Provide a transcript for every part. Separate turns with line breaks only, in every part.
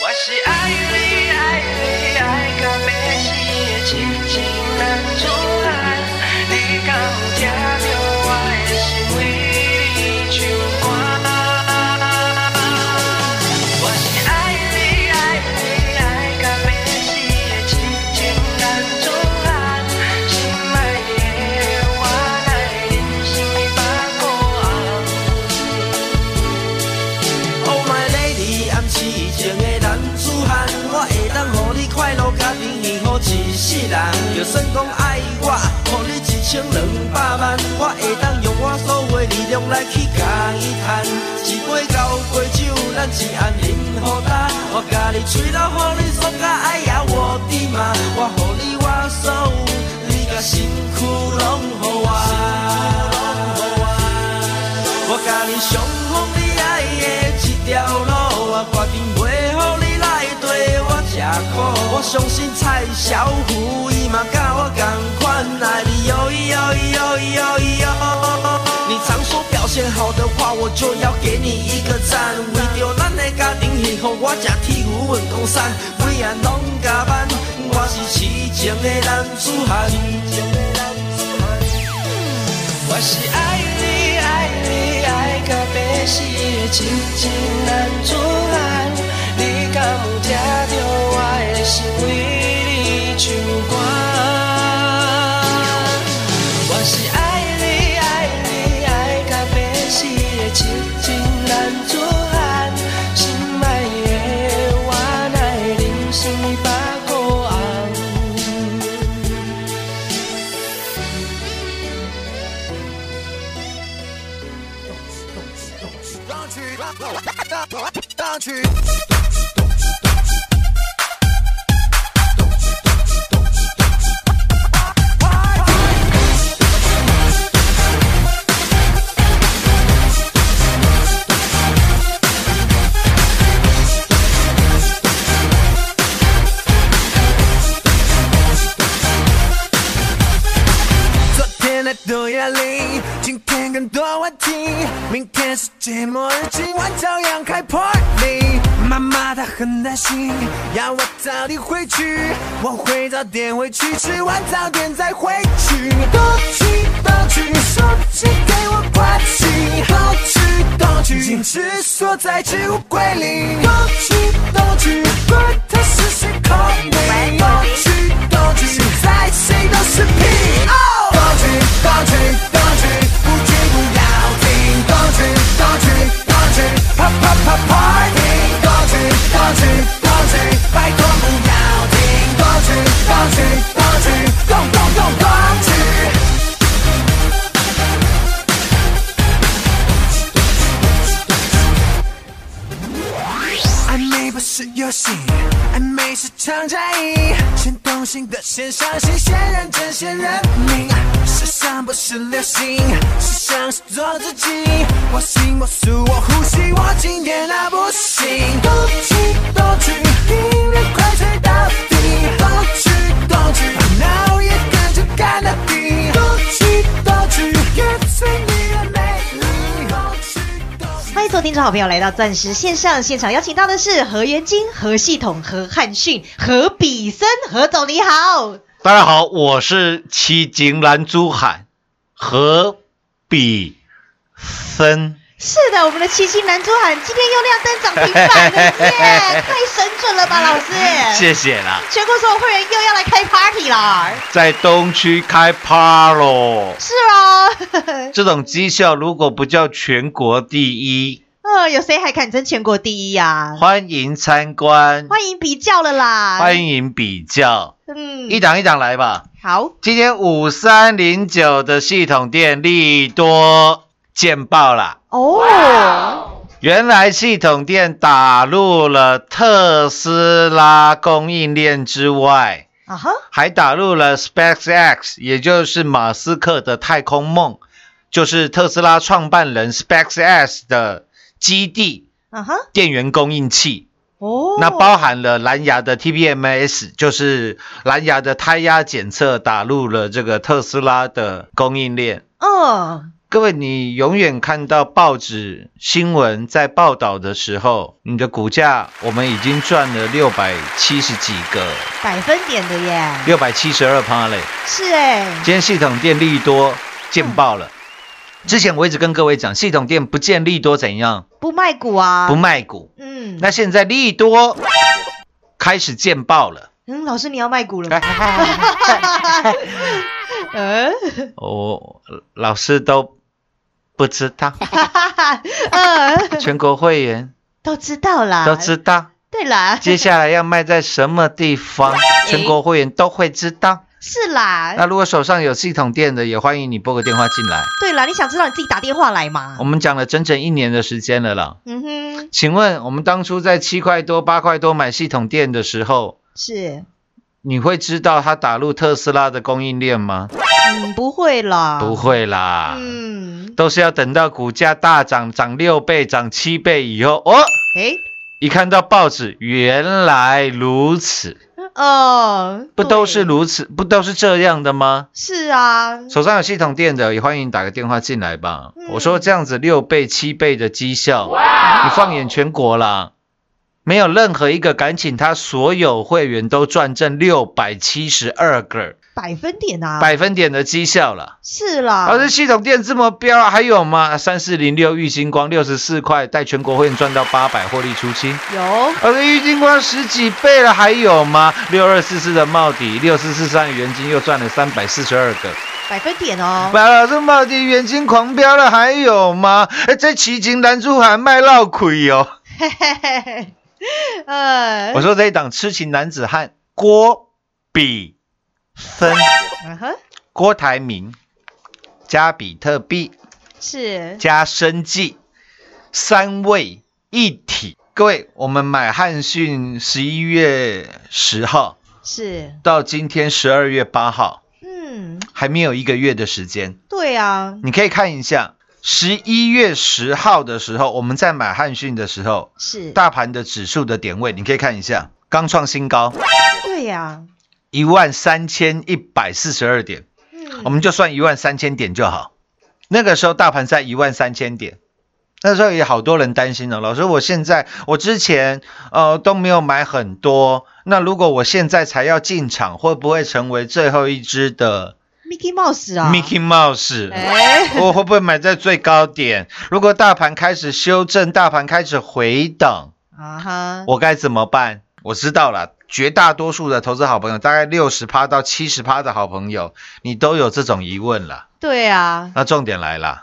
我是爱你爱你爱到要死的痴情男子汉，你敢有听到我的心为你唱歌？我是爱你爱你爱到要死的痴情男子汉，心爱的我来人生百苦红。
Oh my lady，暗示情的男子汉，我会当互你快乐甲平幸福一世人。就算讲爱我，互你一千两百万，我会当用我所有的力量来去甲伊赚。一杯交杯酒，咱一暗饮好呾，我甲你吹到，互你爽甲爱呀我的妈，我互你我所有，你甲身躯拢互我。我甲你上好你爱的一条路，我决定袂予你来对我吃苦。我相信蔡小虎伊嘛甲我同款爱你哟咿哟咿哟咿哟咿哟。你常说表现好的话，我就要给你一个赞。为着咱的家庭幸福，我吃铁牛稳江山，每晚啊拢加班。我是痴情的男子汉。
我是爱你爱你爱到要死的痴情男子汉，你敢有听到我的心为你唱歌？我是爱你爱你爱到要死的痴情男子汉，心爱的我来人生百苦红。
昨天的多压力，今天更多问题，明天世界末日，今晚照样开 party。妈妈她很担心，要我早点回去，我会早点回去，吃完早点再回去。东去东去，手机给我关机。东去东去，坚持锁在置物柜里。东去东去，管他是谁 call me。东去东去，现在谁都是屁。哦东去东去东去，不去不要停。东去东去东去，啪啪啪 party。东去东去东去，拜托不要停。东去东去东去，咚咚咚东去。暧昧不是游戏，暧昧是场战役。先动心的先伤心，先认真先认命。时尚不是流行，时尚是做自己。我行我素我呼吸，我今天那不行。动去动去，音乐快吹到底。动去动去，烦恼也跟着干到底。动去动去，也随你的美丽。动去动去。
欢迎所有听众好朋友来到钻石线上现场，邀请到的是何元金、何系统、何汉逊、何比森，何总你好。
大家好，我是七井兰珠海何比森。
是的，我们的七星男珠海今天又亮灯涨停板了耶，太神准了吧，老师！
谢谢啦，
全国所有会员又要来开 party 啦，
在东区开趴喽！
是 哦。
这种绩效如果不叫全国第一，
呃，有谁还敢争全国第一呀、
欢迎参观，
欢迎比较了啦，
欢，迎比较，
嗯，
一档一档来吧。
好，
今天五三零九的系统店利多见报啦，
哦，
原来系统店打入了特斯拉供应链之外，
啊哈，
还打入了 SpaceX，也就是马斯克的太空梦，就是特斯拉创办人 SpaceX 的基地
啊哈，
电源供应器。
哦，
那包含了蓝牙的 TPMS，就是蓝牙的胎压检测，打入了这个特斯拉的供应链。
嗯，
各位，你永远看到报纸新闻在报道的时候，你的股价我们已经赚了六百七十几个，
百分点的耶，
六百七十二趴嘞。
是哎，
今天系统店利多见报了。之前我一直跟各位讲，系统店不见利多怎样，
不卖股啊，
不，卖股。
嗯，
那现在利多开始见报了。
嗯，老师你要卖股了吗？
哎
嗯，
我哦老师都不知道，
哈哈，嗯，
全国会员
都知道啦，
都知，道。
对啦，
接下来要卖在什么地方，全国会员都会知道。
是啦，
那如果手上有系统店的，也欢迎你拨个电话进来。
对啦，你想知道你自己打电话来嘛
我，们讲了整整一年的时间了啦。
嗯哼，
请问我们当初在七块多、八块多买系统店的时候，
是，
你会知道它打入特斯拉的供应链吗？
嗯，不会啦，
不，会啊啦，
嗯，
都是要等到股价大涨、涨六倍、涨七倍以后，哦，
诶，
一看到报纸，原来如此，
哦，
不都是
对
如此，不都是这样的吗？
是啊，
手上有系统店的，也欢迎打个电话进来吧。
嗯
我说这样子六倍、七倍的绩效，你放眼全国啦，没有任何一个敢请他所有会员都赚正六百七十二个
百分点啊，
百分点的绩效了。
是啦，
老师，系统店这么标啊，还有吗？三四零六玉金光六十四块，带全国会员赚到八百，获利出清。
有，
而且郁金光十几倍了，还有吗？六二四四的茂迪，六四四三的元金又赚了三百四十二个。
百分点哦，
买了这茂迪远金狂飙了，还有吗？哎，这奇情男珠还卖闹亏哦。
嘿嘿嘿嘿， 呃，
我说这一档痴情男子汉郭比森、
嗯哼，
郭台铭、加比特币、
是，
加生计三位一体。各位，我们买汉讯十一月十号
是，
到今天十二月八号，
嗯，
还没有一个月的时间。
对啊，
你可以看一下，十一月十号的时候，我们在买汉讯的时候，
是，
大盘的指数的点位，你可以看一下，刚创新高
对啊呀，
一万三千一百四十二点，
嗯，
我们就算一万三千点就好。那个时候大盘在一万三千点，那时候也好多人担心哦了，老师，我现在我之前呃都没有买很多，那如果我现在才要进场，会不会成为最后一只的
Mickey Mouse 啊
Mickey Mouse？
哎，
我会不会买在最高点？如果大盘开始修正，大盘开始回档，
啊哈，
我该怎么办？我知道了，绝大多数的投资好朋友，大概六十趴到七十趴的好朋友，你都有这种疑问了。
对啊，
那重点来了，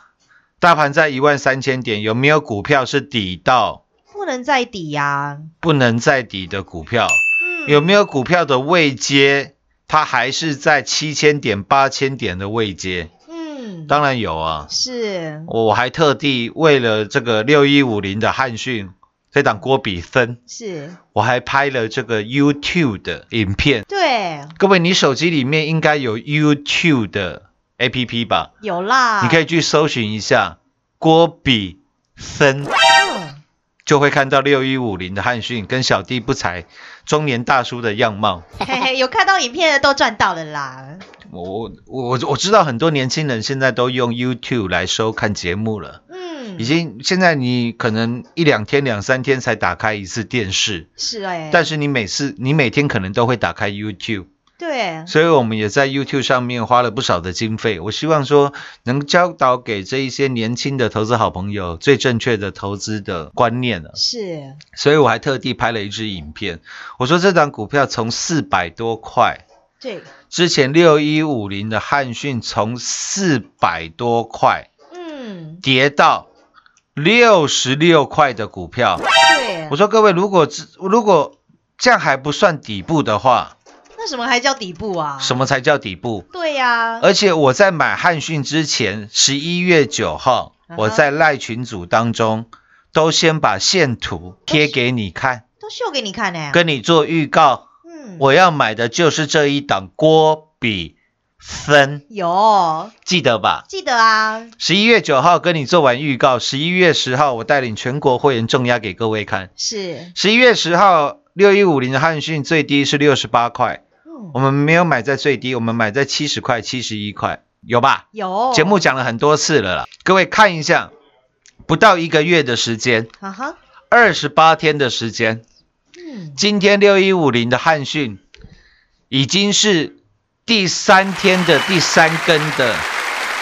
大盘在一万三千点，有没有股票是底到
不能再抵啊呀，
不能再底的股票？
嗯，
有没有股票的位阶，它还是在七千点、八千点的位阶？
嗯，
当然有啊。
是
我还特地为了这个六一五零的汉讯这档郭比森，
是，
我还拍了这个 YouTube 的影片。
对，
各位，你手机里面应该有 YouTube 的 APP 吧？
有啦，
你可
以，
以去搜寻一下郭比森，
嗯，
就会看到六一五零的汉讯跟小弟不才中年大叔的样貌。
嘿嘿，有看到影片的都赚到了啦，
我我我我知道很多年轻人现在都用 YouTube 来收看节目了。
嗯
已，经现在你可能一两天、两三天才打开一次电视，
是哎，
但是你每次你每天可能都会打开 YouTube，
对，
所以我们也在 YouTube 上面花了不少的经费。我希望说能教导给这一些年轻的投资好朋友最正确的投资的观念了。
是，
所以我还特地拍了一支影片，我说这档股票从四百多块，
对，
之前六一五零的汉讯从四百多块
嗯，
跌到六十六块的股票。
对
我，说各位，如果只如果这样还不算底部的话，
那什么还叫底部啊？
什？么才叫底部？
对呀，
而且我在买汉讯之前，十一月九号
嗯，哼
我在赖群组当中都先把线图贴给你看，
都秀给你看呢、
跟你做预告。
嗯，
我要买的就是这一档郭比分，
有
记得吧？
记得啊，
十一月九号跟你做完预告，十一月十号我带领全国会员重压给各位看。
是，
十一月十号六一五零的汉讯最低是六十八块，
嗯
我，们没有买在最低，我们买在七十块、七十一块，有吧？
有
节目，讲了很多次了啦，各位看一下，不到一个月的时间，
哈哈，
二十八天的时间，
嗯，
今天六一五零的汉讯已经是第三天的第三根的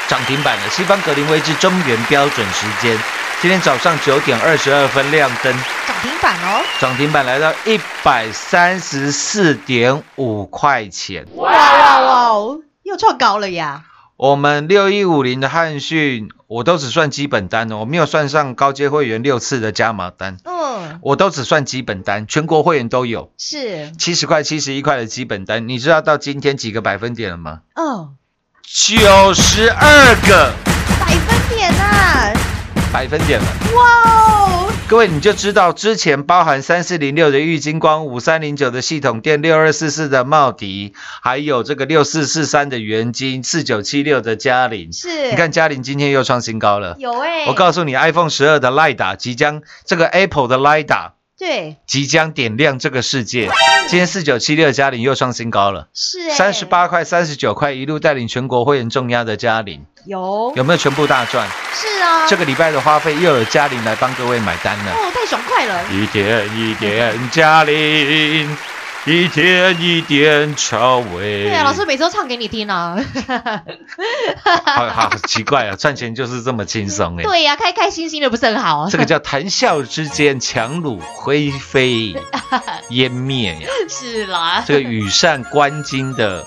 涨停板了。西方格林威治中原标准时间，今天早上九点二十二分亮灯，
涨停板哦，
涨停板来到一百三十四点五块钱。
哇哇哇哦，又创高了呀，
我们六一五零的汉讯，我都只算基本单哦，我没有算上高阶会员六次的加码单，
嗯，
我都只算基本单，全国会员都有。
是，
七十块、七十一块的基本单，你知道到今天几个百分点了吗？哦
嗯，
九十二个
百分点啊呐、
百分点了。
哇哦，
各位你就知道，之前包含三四零六的玉金光、五三零九的系统店、六二四四的茂迪，还有这个六四四三的元金、四九七六的嘉玲。
是，
你看嘉玲今天又创新高了。
有哎、
我告诉你，iPhone 十二的 Lidar 即将，这个 Apple 的 Lidar
对，
即将点亮这个世界。今天四九七六的嘉玲又创新高了。
是、欸，
三十八块、三十九块，一路带领全国会员重压的嘉玲，
有，
有没有全部大赚？
是啊，
这个礼拜的花费又有嘉玲来帮各位买单了。
哦，太爽快了，
一点一点嘉玲，一点一点超伟。
对啊，老师每次都唱给你听啊，
好好奇怪啊，赚钱就是这么轻松哎。
对呀、开开心心的不是很好，
这个叫谈笑之间，强弩灰 飞烟灭呀。
是啦，
这个羽扇纶巾的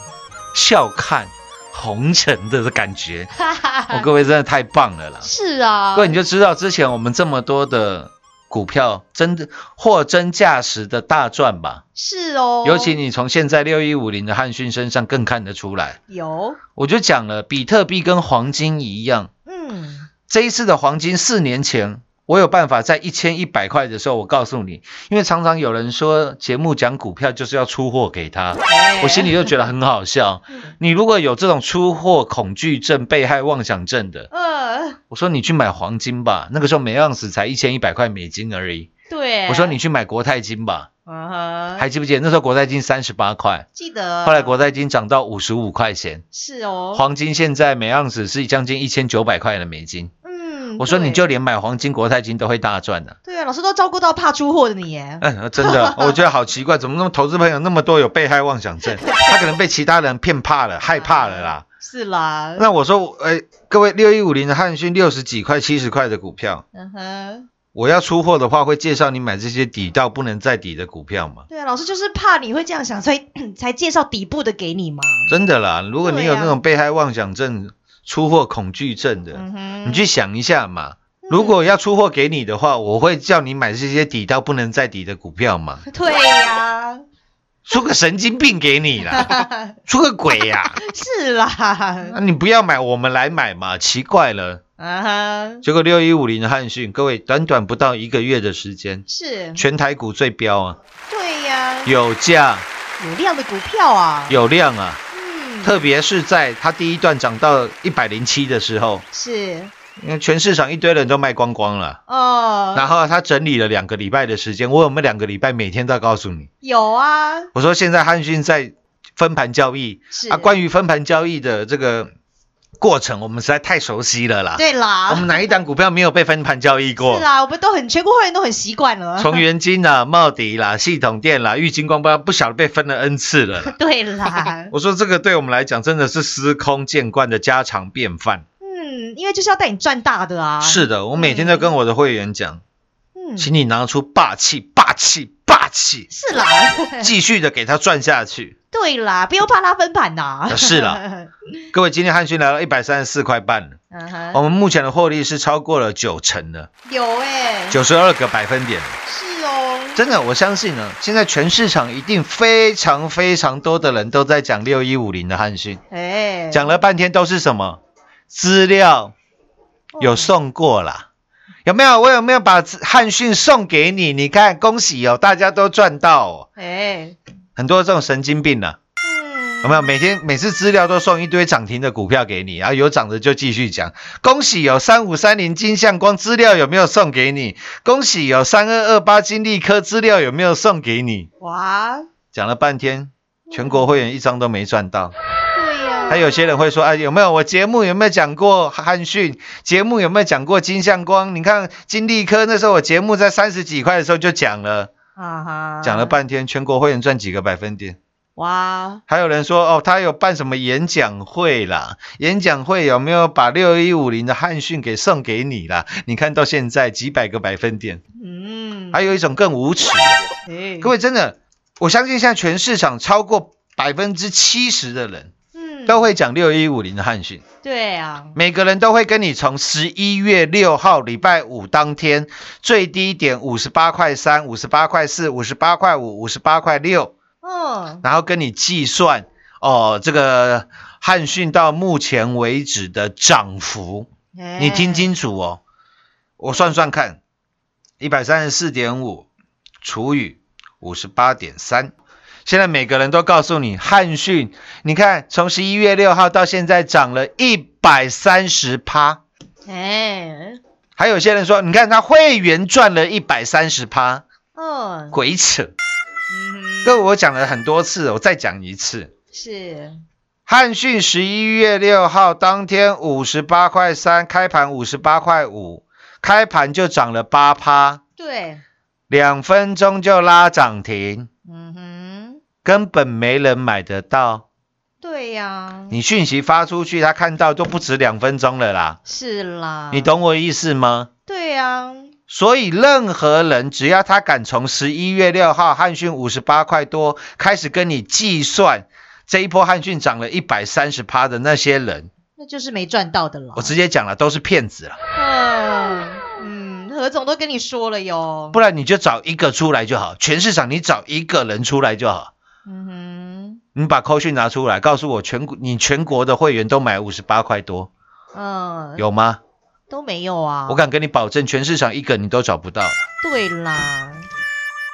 笑看红尘的感 觉，
啊
我、各位真的太棒了啦。
是啊，
各位你就知道，之前我们这么多的股票，真的货真价实的大赚吧。
是哦，
尤其你从现在六一五零的汉逊身上更看得出来。
有，
我就讲了，比特币跟黄金一样，
嗯，
这一次的黄金，四年前我有办法在一千一百块的时候，我告诉你，因为常常有人说节目讲股票就是要出货给他，我心里就觉得很好笑。你如果有这种出货恐惧症、被害妄想症的，
呃，
我说你去买黄金吧，那个时候每盎司才一千一百块美金而已。
对，
我说你，去买国泰金吧，
嗯哼，
还记不记得那时候国泰金三十八块，
记得，
后来国泰金涨到五十五块钱，
是哦，
黄金现在每盎司是将近一千九百块的美金。
嗯，
我说
对
你就连买黄金、国泰金都会大赚 的、
对啊，老师都照顾到怕出货的你耶，
嗯，真 的，我觉得好奇怪，怎么那么投资朋友那么多有被害妄想 症？他可能被其他人骗怕了、害怕了啦。
是啦，
那我说，哎，各位六一五零的汉讯六十几块、七十块的股票，
嗯哼，
我要出货的话，会介绍你买这些底到不能再底的股票吗？
对啊，老师就是怕你会这样想，所以 才介绍底部的给你嘛，
真的啦，如果你
对
有
啊
那种被害妄想症、出货恐惧症的，
嗯哼，
你去想一下嘛。如果要出货给你的话，我会叫你买这些底到不能再底的股票嘛，
对呀、
出个神经病给你啦，出个鬼呀、
是啦，
那你不要买，我们来买嘛，奇怪了。
啊哈，
结果六一五零的汉讯，各位短短不到一个月的时间，
是，
全台股最标啊，
对呀、
有价
有量的股票啊，
有量啊。
嗯，
特别是在它第一段涨到一百零七的时候，
是，
因为全市场一堆人都卖光光了。
哦，
然后它整理了两个礼拜的时间，我有没有两个礼拜每天都要告诉你？
有啊，
我说现在汉讯在分盘交易
是
啊，关于分盘交易的这个过程，我们实在太熟悉了啦。
对啦，
我们哪一档股票没有被分盘交易过
是？啊，我们都很全国会员都很习惯了，
从元金啦、茂迪啦、系统店啦、玉金光不不晓得被分了 n 次了 啦。，
对啦
我说这个对我们来讲真的是司空见惯的家常便饭。
嗯，因为就是要带你赚大的啊，，
是的，我每天都跟我的会员讲，
嗯，
请你拿出霸气、霸气、霸 气，
是啦，
继续的给他赚下去。
对啦，不用怕拉分盘呐、
啊 是啦，各位，今天汉讯来到一百三十四块半了，
嗯哼，
我们目前的获利是超过了九成了，
有哎、
九十二个百分点了。
是哦，
真的，我相信呢，现在全市场一定非常非常多的人都在讲六一五零的汉讯，
哎、
讲了半天都是什么资料有
哦
送过啦，有没有？我有没有把汉讯送给你？你看，恭喜哦，大家都赚到哦。
哎，
很多这种神经病啊，
嗯
有没有？每天每次资料都送一堆涨停的股票给你，然后啊有涨的就继续讲。恭喜有三五三零金相光资料有没有送给你？恭喜有三二二八金利科资料有没有送给你？
哇，
讲了半天，全国会员一张都没赚到。
对呀、
还有些人会说，哎，有没有我节目有没有讲过汉讯？节目有没有讲过金相光？你看金利科那时候我节目在三十几块的时候就讲了，
啊哈，
讲了半天，全国会员赚几个百分点？
哇，
还有人说哦，他有办什么演讲会啦？演讲会有没有把六一五零的汉讯给送给你啦？你看到现在几百个百分点，
嗯，
还有一种更无耻，
哎
各位真的，我相信现在全市场超过百分之七十的人
嗯
都会讲六一五零的汉讯。
对啊，
每个人都会跟你从十一月六号礼拜五当天最低点五十八块三、五十八块四、五十八块五、五十八块六，
嗯，
然后跟你计算哦，这个汉讯到目前为止的涨幅，
哎
你听清楚哦。我算算看，一百三十四点五除以五十八点三。现在每个人都告诉你，汉讯，你看从十一月六号到现在涨了一百三十趴，
哎，
还有些人说，你看他会员赚了一百三十趴，
嗯，
鬼扯！
嗯
各位，我讲了很多次，我再讲一次，
是，
汉讯十一月六号当天五十八块三开盘，五十八块五开盘就涨了八趴，
对，
两分钟就拉涨停，
嗯哼，
根本没人买得到。
对呀、
你讯息发出去，他看到都不止两分钟了啦，
是啦，
你，懂我意思吗？
对呀、
所以任何人只要他敢从十一月六号汉讯五十八块多开始跟你计算这一波汉讯涨了一百三十趴的那些人，
那就是没赚到的了。
我直接讲了，都是骗子了。
嗯，嗯，何总都跟你说了哟。
不然你就找一个出来就好，全市场你找一个人出来就好。
嗯
你把扣讯拿出来，告诉我全国你全国的会员都买五十八块多，
哼，嗯，
有吗？
都没有啊。
我敢跟你保证，全市场一个你都找不到。
对啦，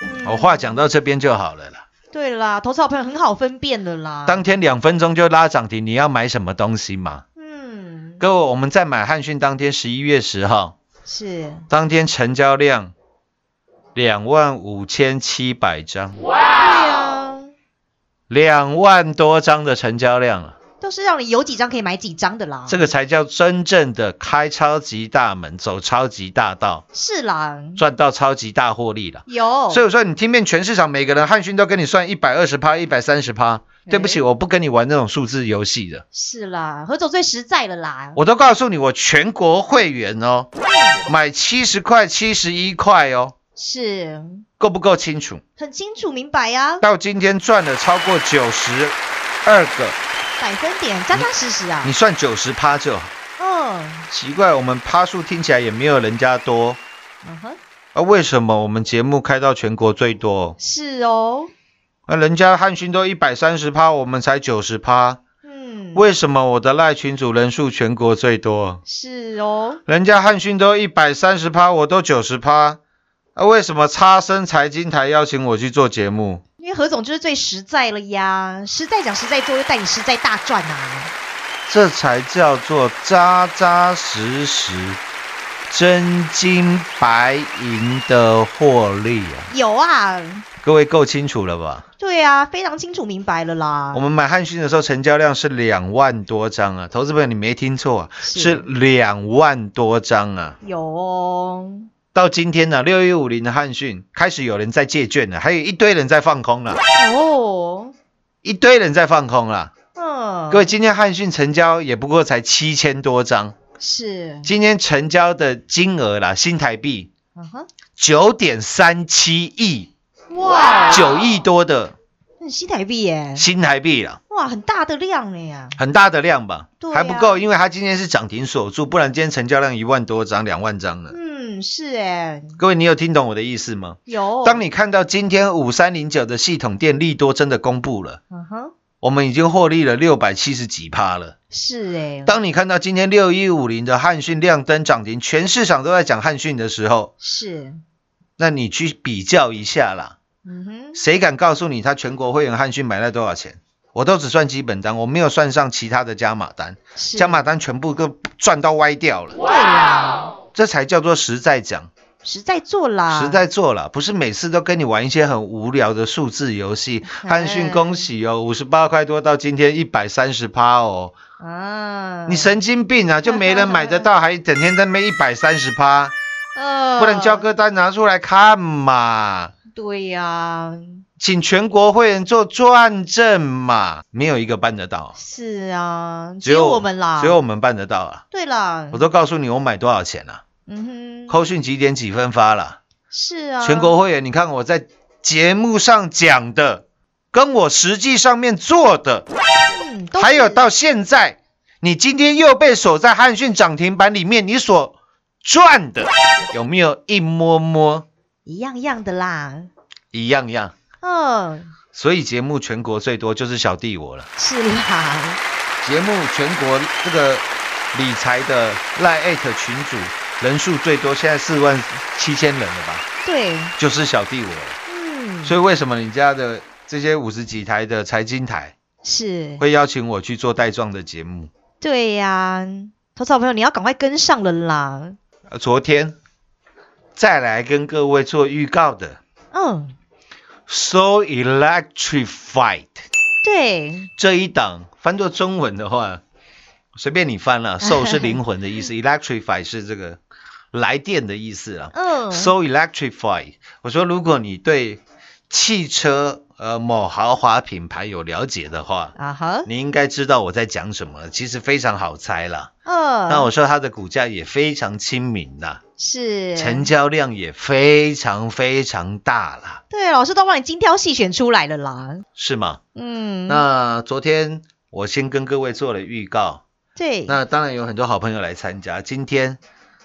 嗯
我话讲到这边就好了啦。
对啦，投资好朋友很好分辨的啦。
当天两分钟就拉涨停，你要买什么东西嘛？
嗯
各位，我们在买汉讯当天，十一月十号
是
当天成交量两万五千七百张，
对啊，
两万多张的成交量啊，
都是让你有几张可以买几张的啦。
这个才叫真正的开超级大门，走超级大道，
是啦，
赚到超级大获利了。
有。
所以我说，你听遍全市场每个人，汉讯都跟你算一百二十趴、一百三十趴。对不起，我不跟你玩那种数字游戏的。
是啦，何总最实在了啦。
我都告诉你，我全国会员哦，买七十块、七十一块哦，
是
够不够清楚？
很清楚明白啊呀、
到今天赚了超过九十二个，
百分点扎扎实实啊
你。算九十趴就好。
嗯
奇怪，我们趴数听起来也没有人家多，
嗯哼，
啊，为什么我们节目开到全国最多？
是哦。
啊，人家汉讯都一百三十趴，我们才九十趴，
嗯，
为什么我的赖群主人数全国最多？
是哦。
人家汉讯都一百三十趴，我都九十趴，啊，为什么差生财经台邀请我去做节目？
因为何总就是最实在了呀，实在讲实在做，又带你实在大赚啊！
这才叫做扎扎实实、真金白银的获利啊！
有啊，
各位够清楚了吧？
对啊，非常清楚明白了啦
我。们买汉讯的时候，成交量是两万多张啊，投资朋友你没听错啊，
是
是两万多张啊。
有哦，
到今天呢、6六一五零的汉讯开始有人在借券了，还有一堆人在放空了，
哦，
一堆人在放空了。
嗯，
各位，今天汉讯成交也不过才七千多张，
是，
今天成交的金额啦，新台币
嗯哼，
九点三七亿，
哇，
九亿多的
很新台币耶，
新台币了，
哇，很大的量了呀，
很大的量吧？
对啊
还不够，因为它今天是涨停锁住，不然今天成交量一万多张、两万张了。
嗯，是哎，
各位，你有听懂我的意思吗？
有，
当，你看到今天五三零九的系统店利多真的公布了，
嗯哼，
我们已经获利了六百七十几趴了。
是哎，
当你看到今天六一五零的汉讯亮灯涨停，全市场都在讲汉讯的时候，
是，
那你去比较一下啦。
嗯哼，
谁敢告诉你他全国会员汉讯买了多少钱？我都只算基本单，我没有算上其他的加码单，
是
加码单全部都赚到歪掉了，
对啦，
这才叫做实在讲，
实在做啦，
实在做了，不是每次都跟你玩一些很无聊的数字游戏。汉讯恭喜哦，五十八块多到今天一百三十趴哦，
啊，
你神经病啊，就没人买得到，还整天在那边一百三十趴，
呃，
不然交割单拿出来看嘛。
对呀，
请全国会员做转正嘛，没有一个办得到，
是啊，只有我们啦，
只有我们办得到啊！
对啦
我，都告诉你我买多少钱了、
嗯哼，
扣讯几点几分发了，
是啊，
全国会员，你看我在节目上讲的，跟我实际上面做的，
嗯，都是
还有到现在，你今天又被锁在汉讯涨停板里面，你所赚的有没有一摸摸
一样样的啦，
一样样？
嗯，
所以节目全国最多就是小弟我了。
是啦，
节目全国这个理财的赖艾特群组人数最多，现在四万七千人了吧？
对，
就是小弟我了。
嗯，
所以为什么你家的这些五十几台的财经台
是，
会邀请我去做带状的节目？
对呀，投资好朋友，你要赶快跟上了啦，
呃昨天再来跟各位做预告的
嗯，
，So Electrified
对，
这一档翻作中文的话，随便你翻 了、s o 是灵魂的意思，Electrified 是这个来电的意思啦。
嗯，
So electrified，我说如果你对汽车呃某豪华品牌有了解的话，
啊哈，
你应该知道我在讲什么，其实非常好猜啦。
嗯，
那我说它的股价也非常亲民啦，
是
成交量也非常非常大啦，
对，老师都帮你精挑细选出来了啦，
是吗？
嗯，
那昨天我先跟各位做了预告，
对，
那当然有很多好朋友来参加。今天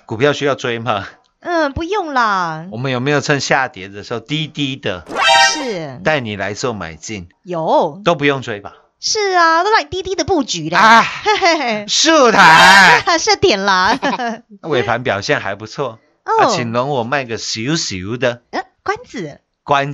股票需要追吗？
嗯，不用啦，
我们有没有趁下跌的时候低低的
是
带你来做买进？
有，
都不用追吧？
是啊，都让你低低的布局嘞，
啊
嘿嘿嘿
数台
是点 啦，
尾盘表现还不错，啊，
哦，
请容我卖个小小的
呃，关子，
关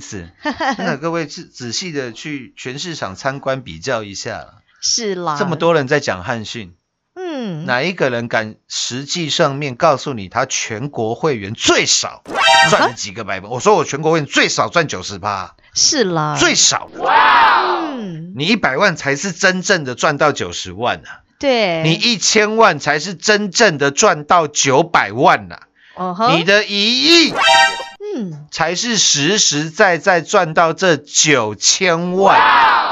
子，那各位仔仔细的去全市场参观比较一下了。
是啦，
这么，多人在讲汉讯，
嗯，
哪一个人敢实际上面告诉你他全国会员最少
啊
赚了几个百分？我说我全国会员最少赚九十八，
是啦，
最少的，
嗯，
你一百万才是真正的赚到九十万啊，
对，
你一千万才是真正的赚到九百万呐、
哦
啊，
吼，
你的一亿。
嗯，
才是实实在在赚到这九千万，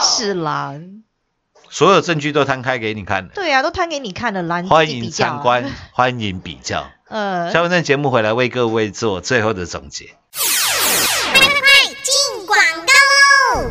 是啦，
所有证据都摊开给你看了。
对啊，都摊给你看了啦，你自己
欢迎
比较啊
参，观，欢迎比较。
呃，
下半段节目回来为各位做最后的总结。
进广告喽！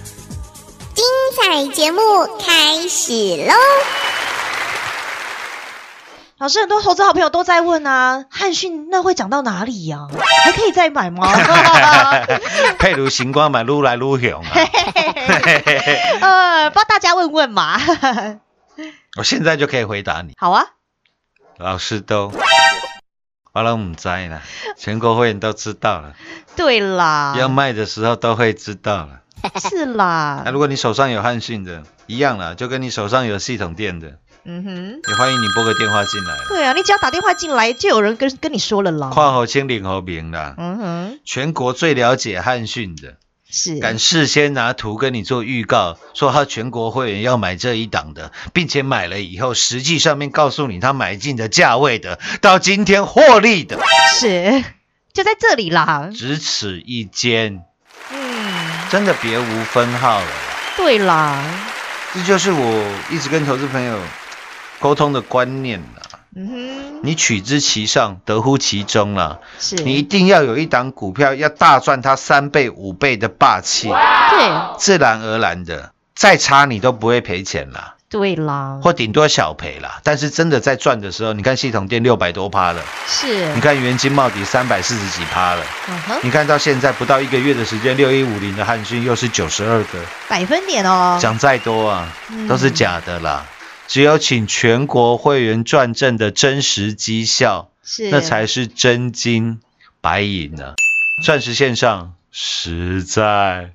彩节目开始喽！
老师，很多投资好朋友都在问啊，汉讯那会涨到哪里呀、还可以再买吗？
佩如行光嘛，撸来撸熊啊！
呃，帮大家问问嘛。
我现在就可以回答你，
好啊，
老师都，我都唔知啦，全国会员都知道了，
对啦，
要卖的时候都会知道了。
是
那、
啦，
如果你手上有汉讯的，一样啦，就跟你手上有系统店的，
嗯哼，
也欢迎你拨个电话进来。
对啊，你只要打电话进来，就有人跟跟你说了啦。
跨河清领和明啦，
嗯哼，
全国最了解汉讯的，
是，
敢事先拿图跟你做预告，说他全国会员要买这一档的，并且买了以后，实际上面告诉你他买进的价位的，到今天获利的，
是，就在这里啦。
只此一间，
嗯，
真的别无分号了。
对啦，
这就是我一直跟投资朋友沟通的观念啦。
嗯哼，
你取之其上，得乎其中啦。
是，
你一定要有一档股票要大赚它三倍、五倍的霸气，
对
自然而然的，再差你都不会赔钱啦，
对啦，
或顶多小赔啦。但是真的在赚的时候，你看系统店六百多趴了，
是
你，看元金茂底三百四十几趴了，
嗯哼，
你看到现在不到一个月的时间，六一五零的汉讯又是九十二个，
百分点哦，
讲再多啊
嗯，
都是假的啦。只有请全国会员转正的真实绩效，
是，
那才是真金白银呢、钻石线上实在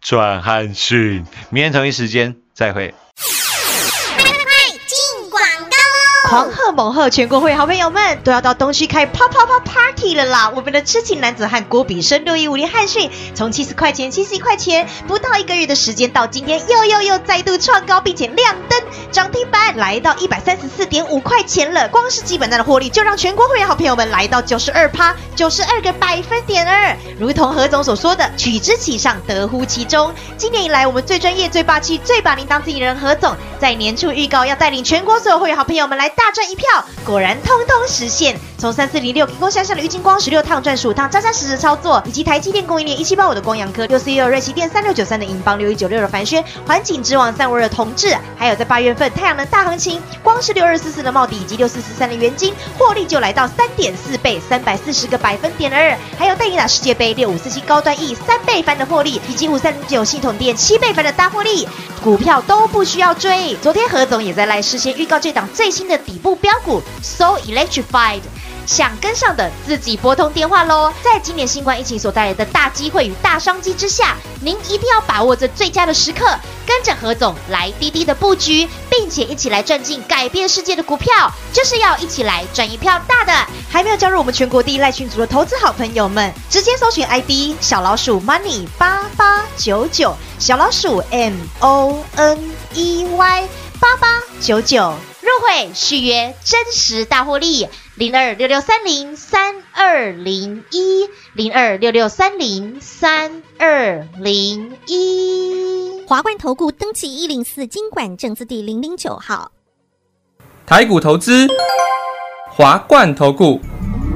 赚汉逊，明天同一时间再会。
进广告
狂贺猛贺！全国会好朋友们都要到东区开啪啪啪 party 了啦！我们的痴情男子汉郭比生六一五零汉讯，从七十块钱、七十一块钱，不到一个月的时间，到今天又又又再度创高，并且亮灯涨停板，来到一百三十四点五块钱了。光是基本单的获利，就让全国会好朋友们来到九十二趴，九十二个百分点二。如同何总所说的，取之其上，得乎其中。今年以来，我们最专业、最霸气、最把您当自己人何总，在年初预告要带领全国所有会员好朋友们来大赚一票，果然通通实现。从三四零六凭空向上的郁金光十六趟赚十五趟，扎扎实实操作，以及台积电供应链一七八五的光阳科，六四一六瑞奇电三六九三的银邦，六一九六的凡轩，环景之王三五二的同志，还有在八月份太阳能大行情，光是六二四四的茂迪以及六四四三的元金，获利就来到三点四倍，三百四十个百分点二，还有戴颖打世界杯六五四七高端 E 三倍翻的获利，以及五三零九系统店七倍翻的大获利，股票都不需要追。昨天何总也在赖事先预告这档最新的底部标股 So Electrified。想跟上的，自己拨通电话喽！在今年新冠疫情所带来的大机会与大商机之下，您一定要把握这最佳的时刻，跟着何总来滴滴的布局，并且一起来赚进改变世界的股票，就是要一起来赚一票大的。还没有加入我们全国第一赖群组的投资好朋友们，直接搜寻 ID 小老鼠 Money 八八九九，小老鼠 M O N E Y 八八九九。
入会续约，真实大获利，零二六六三零三二零一，零二六六三零三二零一。华冠投顾登记一零四经管证字第零零九号。
台股投资，华冠投顾，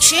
全